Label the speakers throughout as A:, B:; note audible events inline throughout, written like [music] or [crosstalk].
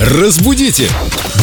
A: Разбудите!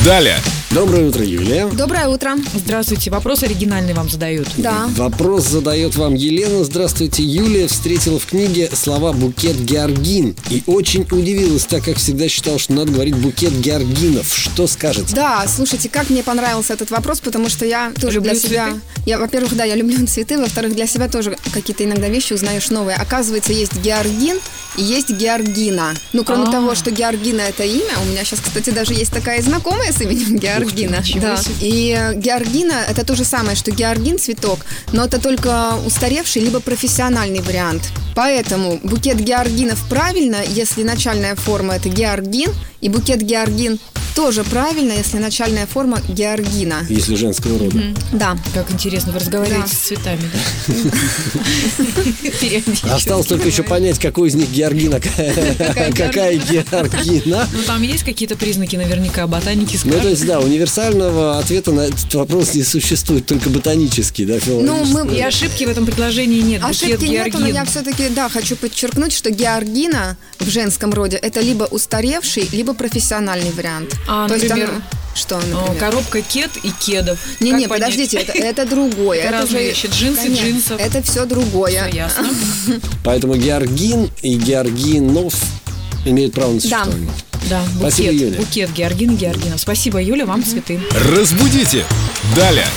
A: Далее!
B: Доброе утро, Юлия.
C: Доброе утро.
D: Здравствуйте. Вопрос оригинальный вам задают.
C: Да.
B: Вопрос задает вам Елена. Здравствуйте, Юлия. Встретила в книге слова «букет георгин» и очень удивилась, так как всегда считал, что надо говорить «букет георгинов». Что скажете?
C: Да, слушайте, как мне понравился этот вопрос, потому что я тоже
D: Люблю
C: для себя...
D: цветы.
C: Я, во-первых, да, я люблю [laughs] цветы, во-вторых, для себя тоже какие-то иногда вещи узнаешь новые. Оказывается, есть георгин и есть георгина. Ну, кроме
D: А.
C: того, что георгина это имя, у меня сейчас, кстати, даже есть такая знакомая с именем георгина.
D: ничего
C: да.
D: себе.
C: И э, георгина это то же самое, что георгин цветок, но это только устаревший либо профессиональный вариант. Поэтому букет георгинов правильно, если начальная форма это георгин, и букет георгин тоже правильно, если начальная форма георгина.
B: Если женского рода.
C: Да.
D: Как интересно, вы разговариваете
C: Да.
D: с цветами,
C: [laughs]
D: да? Периодически.
B: Осталось только еще понять, какой из них георгин, а
C: [laughs]
B: какая [laughs] какая георгина.
D: Ну, там есть какие-то признаки, наверняка, ботаники
B: Ну, то
D: скажут.
B: есть, да, универсального ответа на этот вопрос не существует, только ботанический, да,
C: Ну,
B: филологический.
C: мы...
D: И ошибки в этом предложении нет. Букет
C: Ошибки нет, но
D: георгин.
C: я все-таки, да, хочу подчеркнуть, что георгина в женском роде это либо устаревший, либо профессиональный вариант.
D: А,
C: То есть
D: например, а,
C: оно- что,
D: О,
C: например?
D: Коробка кет и кедов.
C: Не-не,
D: Как понять?
C: подождите, это, это другое.
D: Это
C: это
D: разные вещи. Джинсы,
C: Конечно,
D: джинсов.
C: Это все другое. [laughs]
D: Всё Ясно.
B: Поэтому георгин и георгинов имеют право на
C: Да.
B: существование.
D: Да,
B: Спасибо, Юля.
D: букет. Букет георгин и георгинов. Спасибо, Юля, вам цветы.
A: Разбудите! Далее!